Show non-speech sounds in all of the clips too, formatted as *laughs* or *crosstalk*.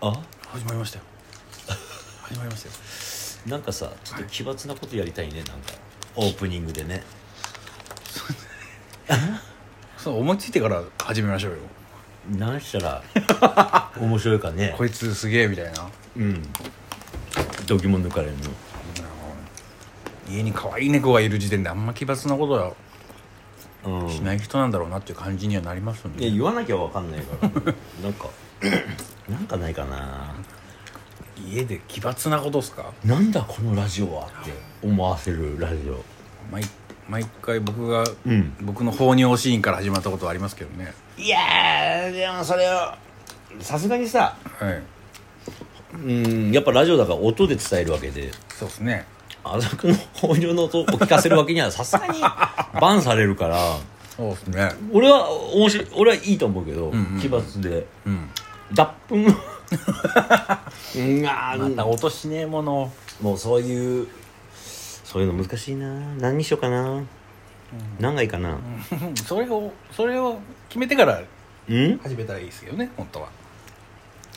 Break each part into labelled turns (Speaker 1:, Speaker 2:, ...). Speaker 1: あ
Speaker 2: 始まりま *laughs* したよ始まりましたよ
Speaker 1: なんかさちょっと奇抜なことやりたいねなんかオープニングでね
Speaker 2: そう思いついてから始めましょうよ
Speaker 1: 何したら *laughs* 面白いかね
Speaker 2: こいつすげえみたいな
Speaker 1: うん度肝抜かれるの
Speaker 2: 家に可愛い猫がいる時点であんま奇抜なことは
Speaker 1: うん
Speaker 2: しない人なんだろうなっていう感じにはなりますん
Speaker 1: い
Speaker 2: で、
Speaker 1: や言わなきゃわかんないから *laughs* なんかなんかないかな
Speaker 2: 家で奇抜なことっすか
Speaker 1: なんだこのラジオはって思わせるラジオ
Speaker 2: 毎毎回僕が、
Speaker 1: うん
Speaker 2: 僕の放尿シーンから始まったことはありますけどね
Speaker 1: いやーでもそれをさすがにさ
Speaker 2: はい
Speaker 1: うんやっぱラジオだから音で伝えるわけで
Speaker 2: そうですね
Speaker 1: 浅くの本領の音を聞かせるわけにはさすがにバンされるから
Speaker 2: そうですね
Speaker 1: 俺は面白い俺はいいと思うけど、
Speaker 2: んうんうん
Speaker 1: 奇抜で
Speaker 2: うん
Speaker 1: 脱 *laughs* 粉うんあ
Speaker 2: ま
Speaker 1: ー
Speaker 2: た音しねえものを
Speaker 1: もうそういうそういうの難しいな何にしようかな、何がいいかな
Speaker 2: うん *laughs* それをそれを決めてから
Speaker 1: うん、
Speaker 2: 始めたらいいですけどね本当は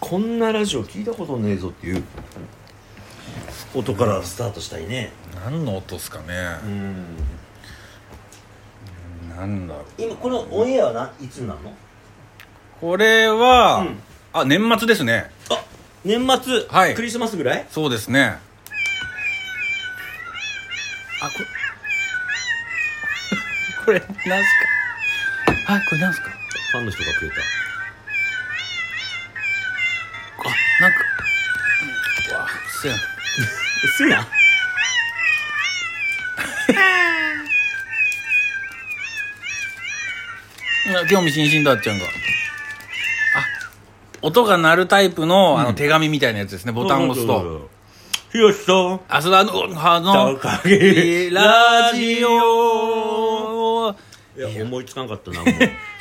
Speaker 1: こんなラジオ聞いたことねえぞっていう音からスタートしたいね
Speaker 2: 何の音っすかね
Speaker 1: うん
Speaker 2: なんだろう
Speaker 1: 今このオンエアはないつなの
Speaker 2: これは、
Speaker 1: うん
Speaker 2: あ年末ですね
Speaker 1: あ年末、
Speaker 2: はい
Speaker 1: クリスマスぐらい
Speaker 2: そうですねあこ *laughs* れこれなんすかはいこれなんすか
Speaker 1: ファンの人がくれた
Speaker 2: あなんかうわせや
Speaker 1: すな
Speaker 2: な興味津々だあっちゃんがあ音が鳴るタイプのあの手紙みたいなやつですね、ボタンを押すと
Speaker 1: ひよしさん
Speaker 2: あそれあのあの
Speaker 1: 高木
Speaker 2: ラジオ
Speaker 1: いや思いつかんかったなも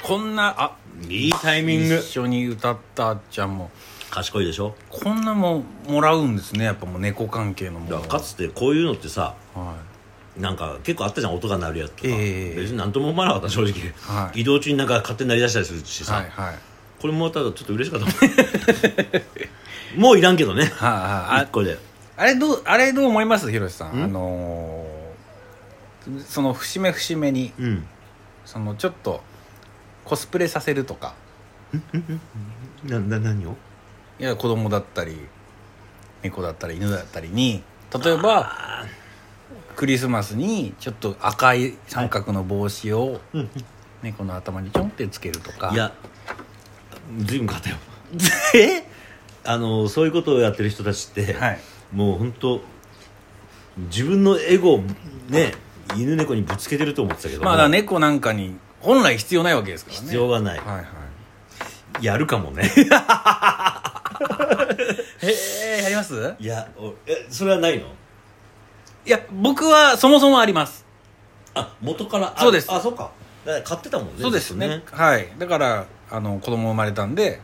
Speaker 2: こんなあ
Speaker 1: ういいタイミング
Speaker 2: 一緒に歌ったあっちゃんも
Speaker 1: 賢いでしょ
Speaker 2: こんなもんもらうんですねやっぱもう猫関係のも
Speaker 1: だ
Speaker 2: の
Speaker 1: からかつてこういうのってさ
Speaker 2: は
Speaker 1: なんか結構あったじゃん音が鳴るやつとか、
Speaker 2: ええ
Speaker 1: 別に何とも思わなかった正直、
Speaker 2: はい
Speaker 1: 移動中になんか勝手に鳴り出したりするし
Speaker 2: い
Speaker 1: さ、
Speaker 2: はいはい
Speaker 1: これもただちょっと嬉しかったもういらんけどね
Speaker 2: はいはい
Speaker 1: 1個で
Speaker 2: ああれどうあれどう思いますひろしさんあのーその節目節目に
Speaker 1: うん
Speaker 2: そのちょっとコスプレさせるとか
Speaker 1: なな何を
Speaker 2: いや子供だったり猫だったり犬だったりに例えばクリスマスにちょっと赤い三角の帽子を
Speaker 1: うん
Speaker 2: 猫の頭にちょんってつけるとか
Speaker 1: いや随分変わったよ *laughs* えあのそういうことをやってる人たちって、
Speaker 2: はい
Speaker 1: もう本当自分のエゴをね犬猫にぶつけてると思ってたけど
Speaker 2: まあだから
Speaker 1: もう
Speaker 2: 猫なんかに本来必要ないわけですからね
Speaker 1: 必要がない、
Speaker 2: はいはい
Speaker 1: やるかもね
Speaker 2: ええやります
Speaker 1: *laughs* いやおえそれはないの
Speaker 2: いや僕はそもそもあります
Speaker 1: あ元からある
Speaker 2: そうです
Speaker 1: あそうかだから買ってたもんね
Speaker 2: そうですね
Speaker 1: ずっと
Speaker 2: はいだからあの子供生まれたんで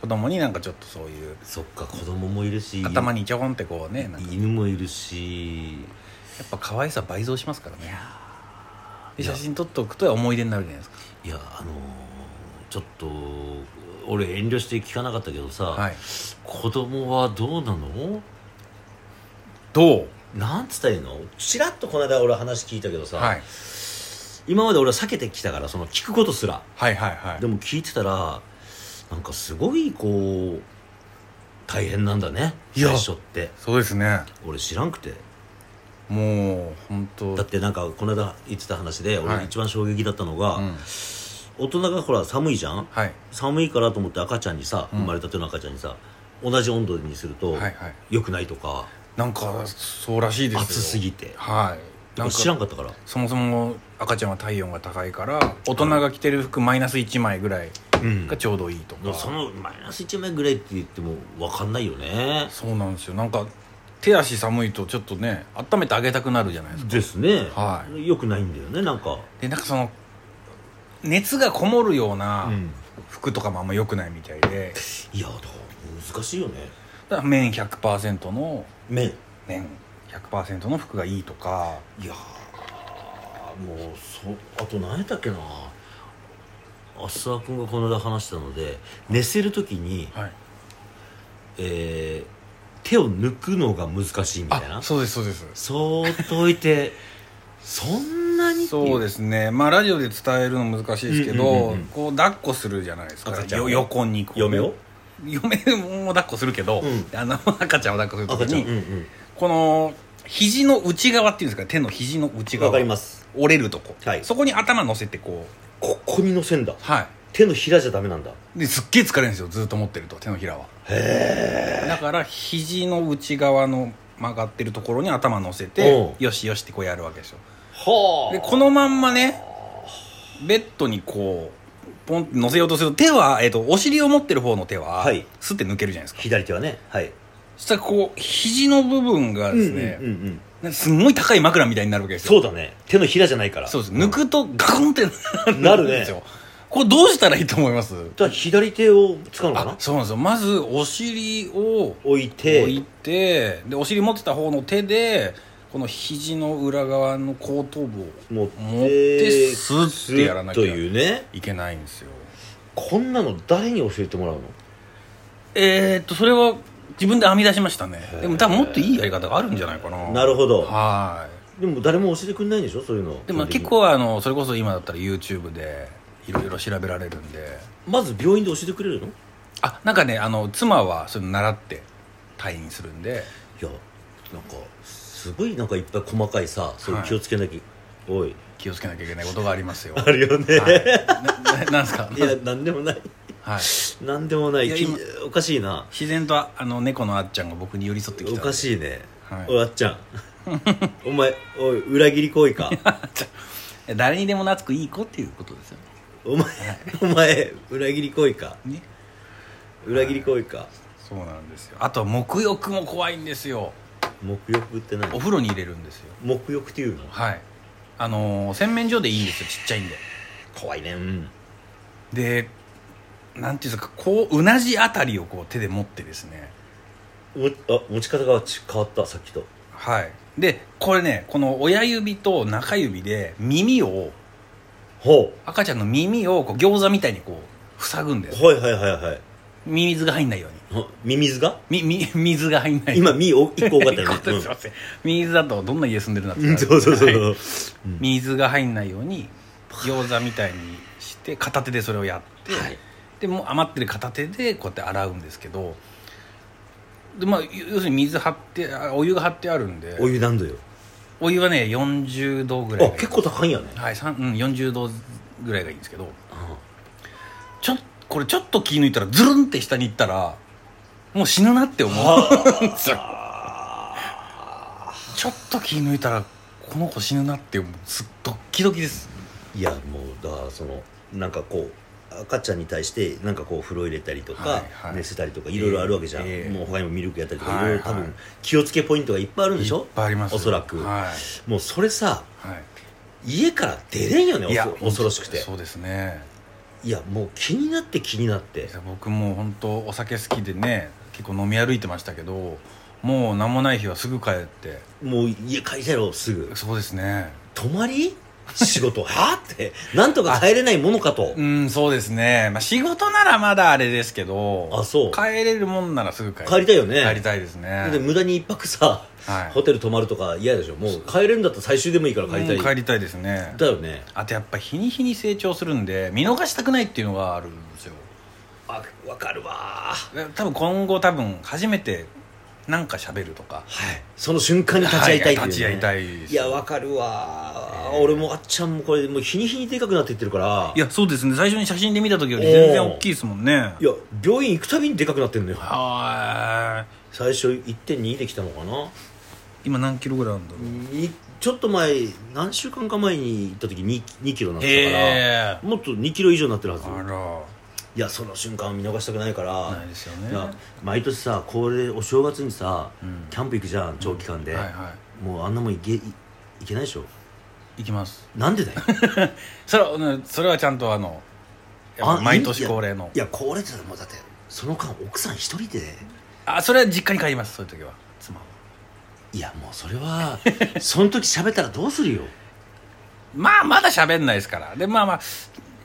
Speaker 2: 子供になんかちょっとそういう
Speaker 1: そっか子供もいるし
Speaker 2: 頭にちょこんってこうねなんか
Speaker 1: 犬もいるし
Speaker 2: やっぱ可愛さ倍増しますからねで写真撮っておくと思い出になるじゃないですか
Speaker 1: いやあのーちょっと俺遠慮して聞かなかったけどさ、
Speaker 2: はい
Speaker 1: 子供はどうなの
Speaker 2: どう
Speaker 1: なんつったらいいのちらっとこの間俺話聞いたけどさ、
Speaker 2: はい
Speaker 1: 今まで俺は避けてきたからその聞くことすら
Speaker 2: はいはいはい
Speaker 1: でも聞いてたらなんかすごいこう大変なんだね
Speaker 2: いや
Speaker 1: 最初って
Speaker 2: そうですね
Speaker 1: 俺知らんくて
Speaker 2: もう本当
Speaker 1: だってなんかこの間言ってた話で
Speaker 2: は
Speaker 1: 俺
Speaker 2: い
Speaker 1: 一番衝撃だったのが、
Speaker 2: うん
Speaker 1: 大人がほら寒いじゃん
Speaker 2: はい
Speaker 1: 寒いからと思って赤ちゃんにさ
Speaker 2: うん
Speaker 1: 生まれたての赤ちゃんにさ、同じ温度にすると
Speaker 2: はいはい
Speaker 1: 良くないとか
Speaker 2: なんかそうらしいですよ
Speaker 1: 暑すぎて
Speaker 2: はい
Speaker 1: 俺知らんかったから
Speaker 2: そもそも赤ちゃんは体温が高いから大人が着てる服マイナス1枚ぐらい
Speaker 1: うん
Speaker 2: がちょうどいいとか、
Speaker 1: そのマイナス1枚ぐらいって言っても分かんないよね
Speaker 2: そうなんですよなんか手足寒いとちょっとね温めてあげたくなるじゃないですか
Speaker 1: ですね、
Speaker 2: は
Speaker 1: よくないんだよねなんか、
Speaker 2: でなんかその熱がこもるような
Speaker 1: うん
Speaker 2: 服とかもあんま良くないみたいで、
Speaker 1: いやだから難しいよね
Speaker 2: だから綿100%の
Speaker 1: 麺
Speaker 2: 綿100%の服がいいとか
Speaker 1: いやーもうそあと何やったっけなあっさーくんがこの間話したので寝せる時に
Speaker 2: はい
Speaker 1: えー手を抜くのが難しいみたい
Speaker 2: あ
Speaker 1: な
Speaker 2: そうですそうです
Speaker 1: そうといて *laughs* そんなにっていう
Speaker 2: そうですねまあラジオで伝えるの難しいですけど、
Speaker 1: うんうんうんうん
Speaker 2: こう抱っこするじゃないですか
Speaker 1: 赤ちゃんを
Speaker 2: よ横にこう
Speaker 1: 嫁を
Speaker 2: 嫁も抱っこするけど、
Speaker 1: うん
Speaker 2: あの赤ちゃんを抱っこす
Speaker 1: 赤
Speaker 2: る
Speaker 1: ち
Speaker 2: と
Speaker 1: ゃ
Speaker 2: き
Speaker 1: んう
Speaker 2: に、
Speaker 1: ん
Speaker 2: この肘の内側っていうんですか手の肘の内
Speaker 1: うん
Speaker 2: 側
Speaker 1: わかります
Speaker 2: 折れるとこ、
Speaker 1: はい
Speaker 2: そこに頭乗せてこう
Speaker 1: ここに乗せんだ
Speaker 2: は
Speaker 1: 手のひらじゃダメなんだ
Speaker 2: いですっげえ疲れるんですよずっと持ってると手のひらはだから肘の内側の曲がってるところに頭乗せて
Speaker 1: おう
Speaker 2: よしよしってこうやるわけですよ
Speaker 1: は
Speaker 2: でこのまんまねベッドにこうポンって乗せようとすると手は、えっとお尻を持ってる方の手は、
Speaker 1: はい
Speaker 2: スッて抜けるじゃないですか
Speaker 1: 左手はねはい
Speaker 2: そしたらこう肘の部分がですね、
Speaker 1: うんうんうんうん
Speaker 2: なんかすんごい高い枕みたいになるわけです
Speaker 1: そ
Speaker 2: よ
Speaker 1: うだね手のひらじゃないから
Speaker 2: そうです抜くとガコンって
Speaker 1: な
Speaker 2: な
Speaker 1: る
Speaker 2: る
Speaker 1: ね
Speaker 2: んですよ、これどうしたらいいと思います
Speaker 1: じゃあ左手を使うのか
Speaker 2: あ
Speaker 1: な
Speaker 2: そうなんですよまずお尻を
Speaker 1: 置いて
Speaker 2: 置いてでお尻持ってた方の手でこの肘の裏側の後頭部を
Speaker 1: 持っ
Speaker 2: 持って
Speaker 1: て
Speaker 2: スッてやらなきゃ
Speaker 1: というね
Speaker 2: いけないんですよ
Speaker 1: こんなの誰に教えてもらうの
Speaker 2: えー、っとそれは自分で編み出しましたねでも多分もっといいやり方があるんじゃないかな
Speaker 1: なるほど
Speaker 2: は
Speaker 1: でも誰も教えてくれないんでしょそういうの
Speaker 2: いでも結構あのそれこそ今だったら YouTube でいろいろ調べられるんで
Speaker 1: まず病院で教えてくれるのい
Speaker 2: あなんかねあの妻はそれ習って退院するんで
Speaker 1: やなんかすごいなんかいっぱい細かいさそれ
Speaker 2: はい
Speaker 1: 気をつけなきゃ、おい
Speaker 2: 気をつけなきゃいけないことがありますよ
Speaker 1: あるよね、
Speaker 2: はい
Speaker 1: い、
Speaker 2: なななんすか
Speaker 1: やなんでも *laughs* ない
Speaker 2: はい、
Speaker 1: なんでもない
Speaker 2: いや
Speaker 1: き
Speaker 2: 今
Speaker 1: おかしいな
Speaker 2: 自然とあの猫のあっちゃんが僕に寄り添ってきた
Speaker 1: おか
Speaker 2: *laughs* い
Speaker 1: しいね、
Speaker 2: はい
Speaker 1: おいあっちゃんお前おい裏切り行為か
Speaker 2: 誰にでも懐くいい子っていうことですよ
Speaker 1: お前お前裏切り行為か
Speaker 2: ねね
Speaker 1: 裏切り行為か
Speaker 2: そうなんですよあとは沐浴も怖いんですよ
Speaker 1: 沐浴って
Speaker 2: お
Speaker 1: 何
Speaker 2: 風呂に入れるんですよ
Speaker 1: 沐浴っていうの
Speaker 2: はいあのー洗面所でいいんですよちっちゃいんで
Speaker 1: 怖いねうん
Speaker 2: でなんていうんですかこううなじあたりをこう手で持ってですね
Speaker 1: もあ持ち方がち変わったさっきと
Speaker 2: はいでこれねこの親指と中指で耳を
Speaker 1: ほ
Speaker 2: 赤ちゃんの耳をこう餃子みたいにこう塞ぐんです
Speaker 1: うはいはいはいはい
Speaker 2: ミミズが入んないように
Speaker 1: あミミズが
Speaker 2: みみ水が入んない
Speaker 1: 今ミお一個多かったよ
Speaker 2: *laughs*
Speaker 1: ね
Speaker 2: すいません水だとどんな家住んでるんだって
Speaker 1: う
Speaker 2: なんる
Speaker 1: そうそう
Speaker 2: *laughs*
Speaker 1: そう
Speaker 2: はい
Speaker 1: そううん
Speaker 2: 水が入んないように餃子みたいにして片手でそれをやって、
Speaker 1: はい
Speaker 2: でもう余ってる片手でこうやって洗うんですけどで、まあ、要要するに水張ってあお湯が張ってあるんで
Speaker 1: お湯何度よ
Speaker 2: お湯はね40度ぐ
Speaker 1: あ
Speaker 2: らいがいい
Speaker 1: 結構高いんやね
Speaker 2: はい、さんうん、40度ぐらいがいいんですけど
Speaker 1: あ
Speaker 2: ちょこれちょっと気抜いたらズルンって下に行ったらもう死ぬなって思う
Speaker 1: あ
Speaker 2: ちょっと気抜いたらこの子死ぬなって思うすドッキドキです
Speaker 1: いやもうだからそのなんかこう赤ちゃんに対してなんかこう風呂入れたりとか、
Speaker 2: はいはい
Speaker 1: 寝せたりとかいろいろあるわけじゃん、
Speaker 2: ええ
Speaker 1: もう他にもミルクやったりとか、
Speaker 2: はいい
Speaker 1: ろいろ多
Speaker 2: はい
Speaker 1: 分気をつけポイントがいっぱいあるんでしょ
Speaker 2: いっぱいありますよ
Speaker 1: おそらく、
Speaker 2: は
Speaker 1: もうそれさ
Speaker 2: い、は
Speaker 1: 家から出れんよね
Speaker 2: い、
Speaker 1: おそ恐ろしくて
Speaker 2: そうですね
Speaker 1: いやもう気になって気になって
Speaker 2: いや僕もう本当お酒好きでね結構飲み歩いてましたけどもう何もない日はすぐ帰って
Speaker 1: もう家帰りたいろすぐ
Speaker 2: そうですね
Speaker 1: 泊まり仕事 *laughs* はあってなんとか帰れないものかと
Speaker 2: うんそうですね、まあ、仕事ならまだあれですけど
Speaker 1: あそう
Speaker 2: 帰れるもんならすぐ帰る
Speaker 1: 帰りたいよね
Speaker 2: 帰りたいですね
Speaker 1: で無駄に一泊さ、
Speaker 2: はい
Speaker 1: ホテル泊まるとか嫌でしょもう帰れるんだったら最終でもいいから帰りたい
Speaker 2: もう帰りたいですね
Speaker 1: だよね
Speaker 2: あとやっぱ日に日に成長するんで見逃したくないっていうのがあるんですよ
Speaker 1: あわかるわ
Speaker 2: で多分今後多分初めてなんか喋るとか
Speaker 1: はいその瞬間に立ち会いたいっていう、ね
Speaker 2: はい立ち会いたいです
Speaker 1: いやわかるわ、俺もあっちゃんもこれもう日に日にでかくなっていってるから
Speaker 2: いやそうですね最初に写真で見た時より全然大きいですもんね
Speaker 1: いや病院行くたびにでかくなってんのよ
Speaker 2: は
Speaker 1: 最初1.2できたのかな
Speaker 2: ーい今何キロぐらいあるんだろう
Speaker 1: にちょっと前何週間か前に行った時に 2, 2キロになってたから
Speaker 2: へえ
Speaker 1: もっと2キロ以上になってるはず
Speaker 2: あら
Speaker 1: いやその瞬間を見逃したくないから
Speaker 2: ないですよね
Speaker 1: いや毎年さこれお正月にさ、
Speaker 2: うん
Speaker 1: キャンプ行くじゃん長期間で、
Speaker 2: はいは
Speaker 1: もうあんなもんいけいいけないでしょ
Speaker 2: いいきます
Speaker 1: なんでだよ
Speaker 2: *laughs* それはうんそれはちゃんとあのやっ
Speaker 1: あ
Speaker 2: ぱ毎年恒例の
Speaker 1: いやいや恒例ってもうだってその間奥さん一人で
Speaker 2: あそれは実家に帰りますそういう時は妻はい
Speaker 1: やもうそれは *laughs* その時喋ったらどうするよ
Speaker 2: まあまだ喋んないですからでまあまあ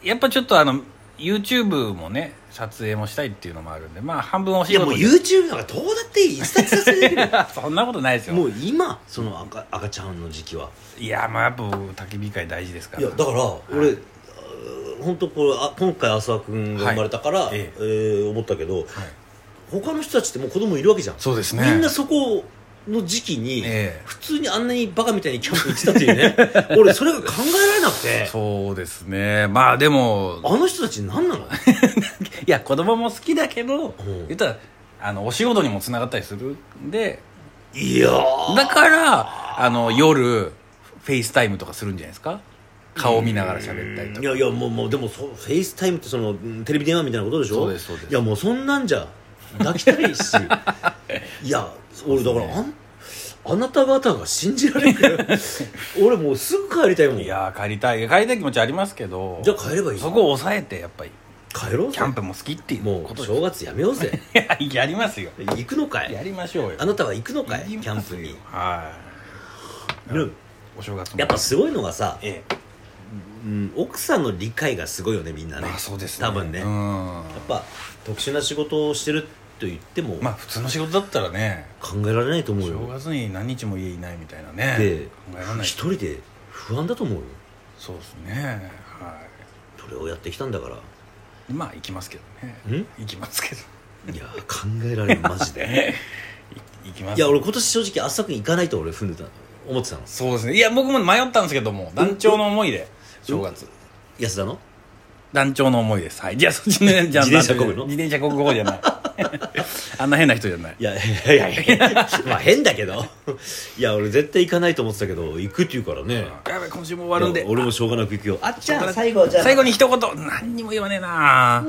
Speaker 2: やっぱちょっとあの YouTube もね撮影もしたいっていうのもあるんでまあ半分お
Speaker 1: い
Speaker 2: 仕
Speaker 1: やもう
Speaker 2: 事で
Speaker 1: YouTube なんかどうだっていい一冊させて
Speaker 2: *laughs*
Speaker 1: る
Speaker 2: そんなことないですよ
Speaker 1: もう今その赤赤ちゃんの時期はい
Speaker 2: やまあやっぱ焚き火会大事ですから
Speaker 1: いやだから俺、本当これあ今回浅輪君が生まれたから、
Speaker 2: はいえ
Speaker 1: えー思ったけど、
Speaker 2: はい
Speaker 1: 他の人たちってもう子供いるわけじゃん
Speaker 2: そうですね
Speaker 1: みんなそこの時期に、
Speaker 2: ええ
Speaker 1: 普通にあんなにバカみたいにキャンプ行ってたっていうね
Speaker 2: *laughs*
Speaker 1: 俺それが考えられなくて
Speaker 2: そうですねまあでも
Speaker 1: あの人たち何
Speaker 2: *laughs*
Speaker 1: なの
Speaker 2: いや子供も好きだけど
Speaker 1: ん
Speaker 2: 言ったらあのお仕事にもつながったりするんで
Speaker 1: いやー
Speaker 2: だからあの夜フェイスタイムとかするんじゃないですか顔見ながら喋ったりと
Speaker 1: い
Speaker 2: か
Speaker 1: やいやもうもうでもそうフェイスタイムってそのうんテレビ電話みたいなことでしょ
Speaker 2: そうですそうです
Speaker 1: いやもうそんなんじゃ抱きたい
Speaker 2: *laughs*
Speaker 1: しいや俺だからあんあなた方が信じられない
Speaker 2: *laughs*
Speaker 1: 俺もうすぐ帰りたいもん
Speaker 2: いやー帰りたい帰りたい気持ちありますけど
Speaker 1: じゃあ帰ればいい
Speaker 2: そこを抑えてやっぱり
Speaker 1: 帰ろう
Speaker 2: キ
Speaker 1: ぜ
Speaker 2: ャンプも好きっていう
Speaker 1: も
Speaker 2: こ
Speaker 1: う
Speaker 2: と
Speaker 1: 正月やめよう
Speaker 2: *laughs*
Speaker 1: ぜ
Speaker 2: でいややりますよ
Speaker 1: 行くのか
Speaker 2: や
Speaker 1: い
Speaker 2: りましょうよ
Speaker 1: あなたは行くのかいキ
Speaker 2: 行き
Speaker 1: ャン
Speaker 2: ます
Speaker 1: プ
Speaker 2: よ
Speaker 1: に
Speaker 2: はい
Speaker 1: うん
Speaker 2: お正月も
Speaker 1: やっぱすごいのがさ、
Speaker 2: え
Speaker 1: うん、奥さんの理解がすごいよねみんな
Speaker 2: え
Speaker 1: ね
Speaker 2: まあそうです
Speaker 1: 多分ね、
Speaker 2: う
Speaker 1: やっ
Speaker 2: ん
Speaker 1: ぱ特殊な仕事をしてると言っても、
Speaker 2: まあ普通の仕事だったらね
Speaker 1: 考えられないと思うよ
Speaker 2: 正月に何日も家いないみたいなね
Speaker 1: で
Speaker 2: 考えられない
Speaker 1: 一人で不安だと思うよ
Speaker 2: そうですねは
Speaker 1: それをやってきたんだから
Speaker 2: いまあ行きますけどね行きま
Speaker 1: *laughs*
Speaker 2: すけど
Speaker 1: いやー考えられるマジ
Speaker 2: *laughs*
Speaker 1: で
Speaker 2: い行きます
Speaker 1: いや俺今年正直浅く行かないと俺踏んでたの思ってたの
Speaker 2: そうですねいや僕も迷ったんですけども団長の思いで正月
Speaker 1: 安田の
Speaker 2: 団長の思いですはいじゃあそっちねじゃあ
Speaker 1: 自転車漕ぐの
Speaker 2: 自転車こぐ方じゃない
Speaker 1: *laughs*
Speaker 2: あんな変な人じゃない
Speaker 1: いやいやいやいや *laughs* まあ変だけどいや俺絶対行かないと思ってたけど行くって言うからね
Speaker 2: やべ今週も終わるんで
Speaker 1: いや俺もしょうがなく行くよあっちゃん最後
Speaker 2: 最後に一言何にも言わねえな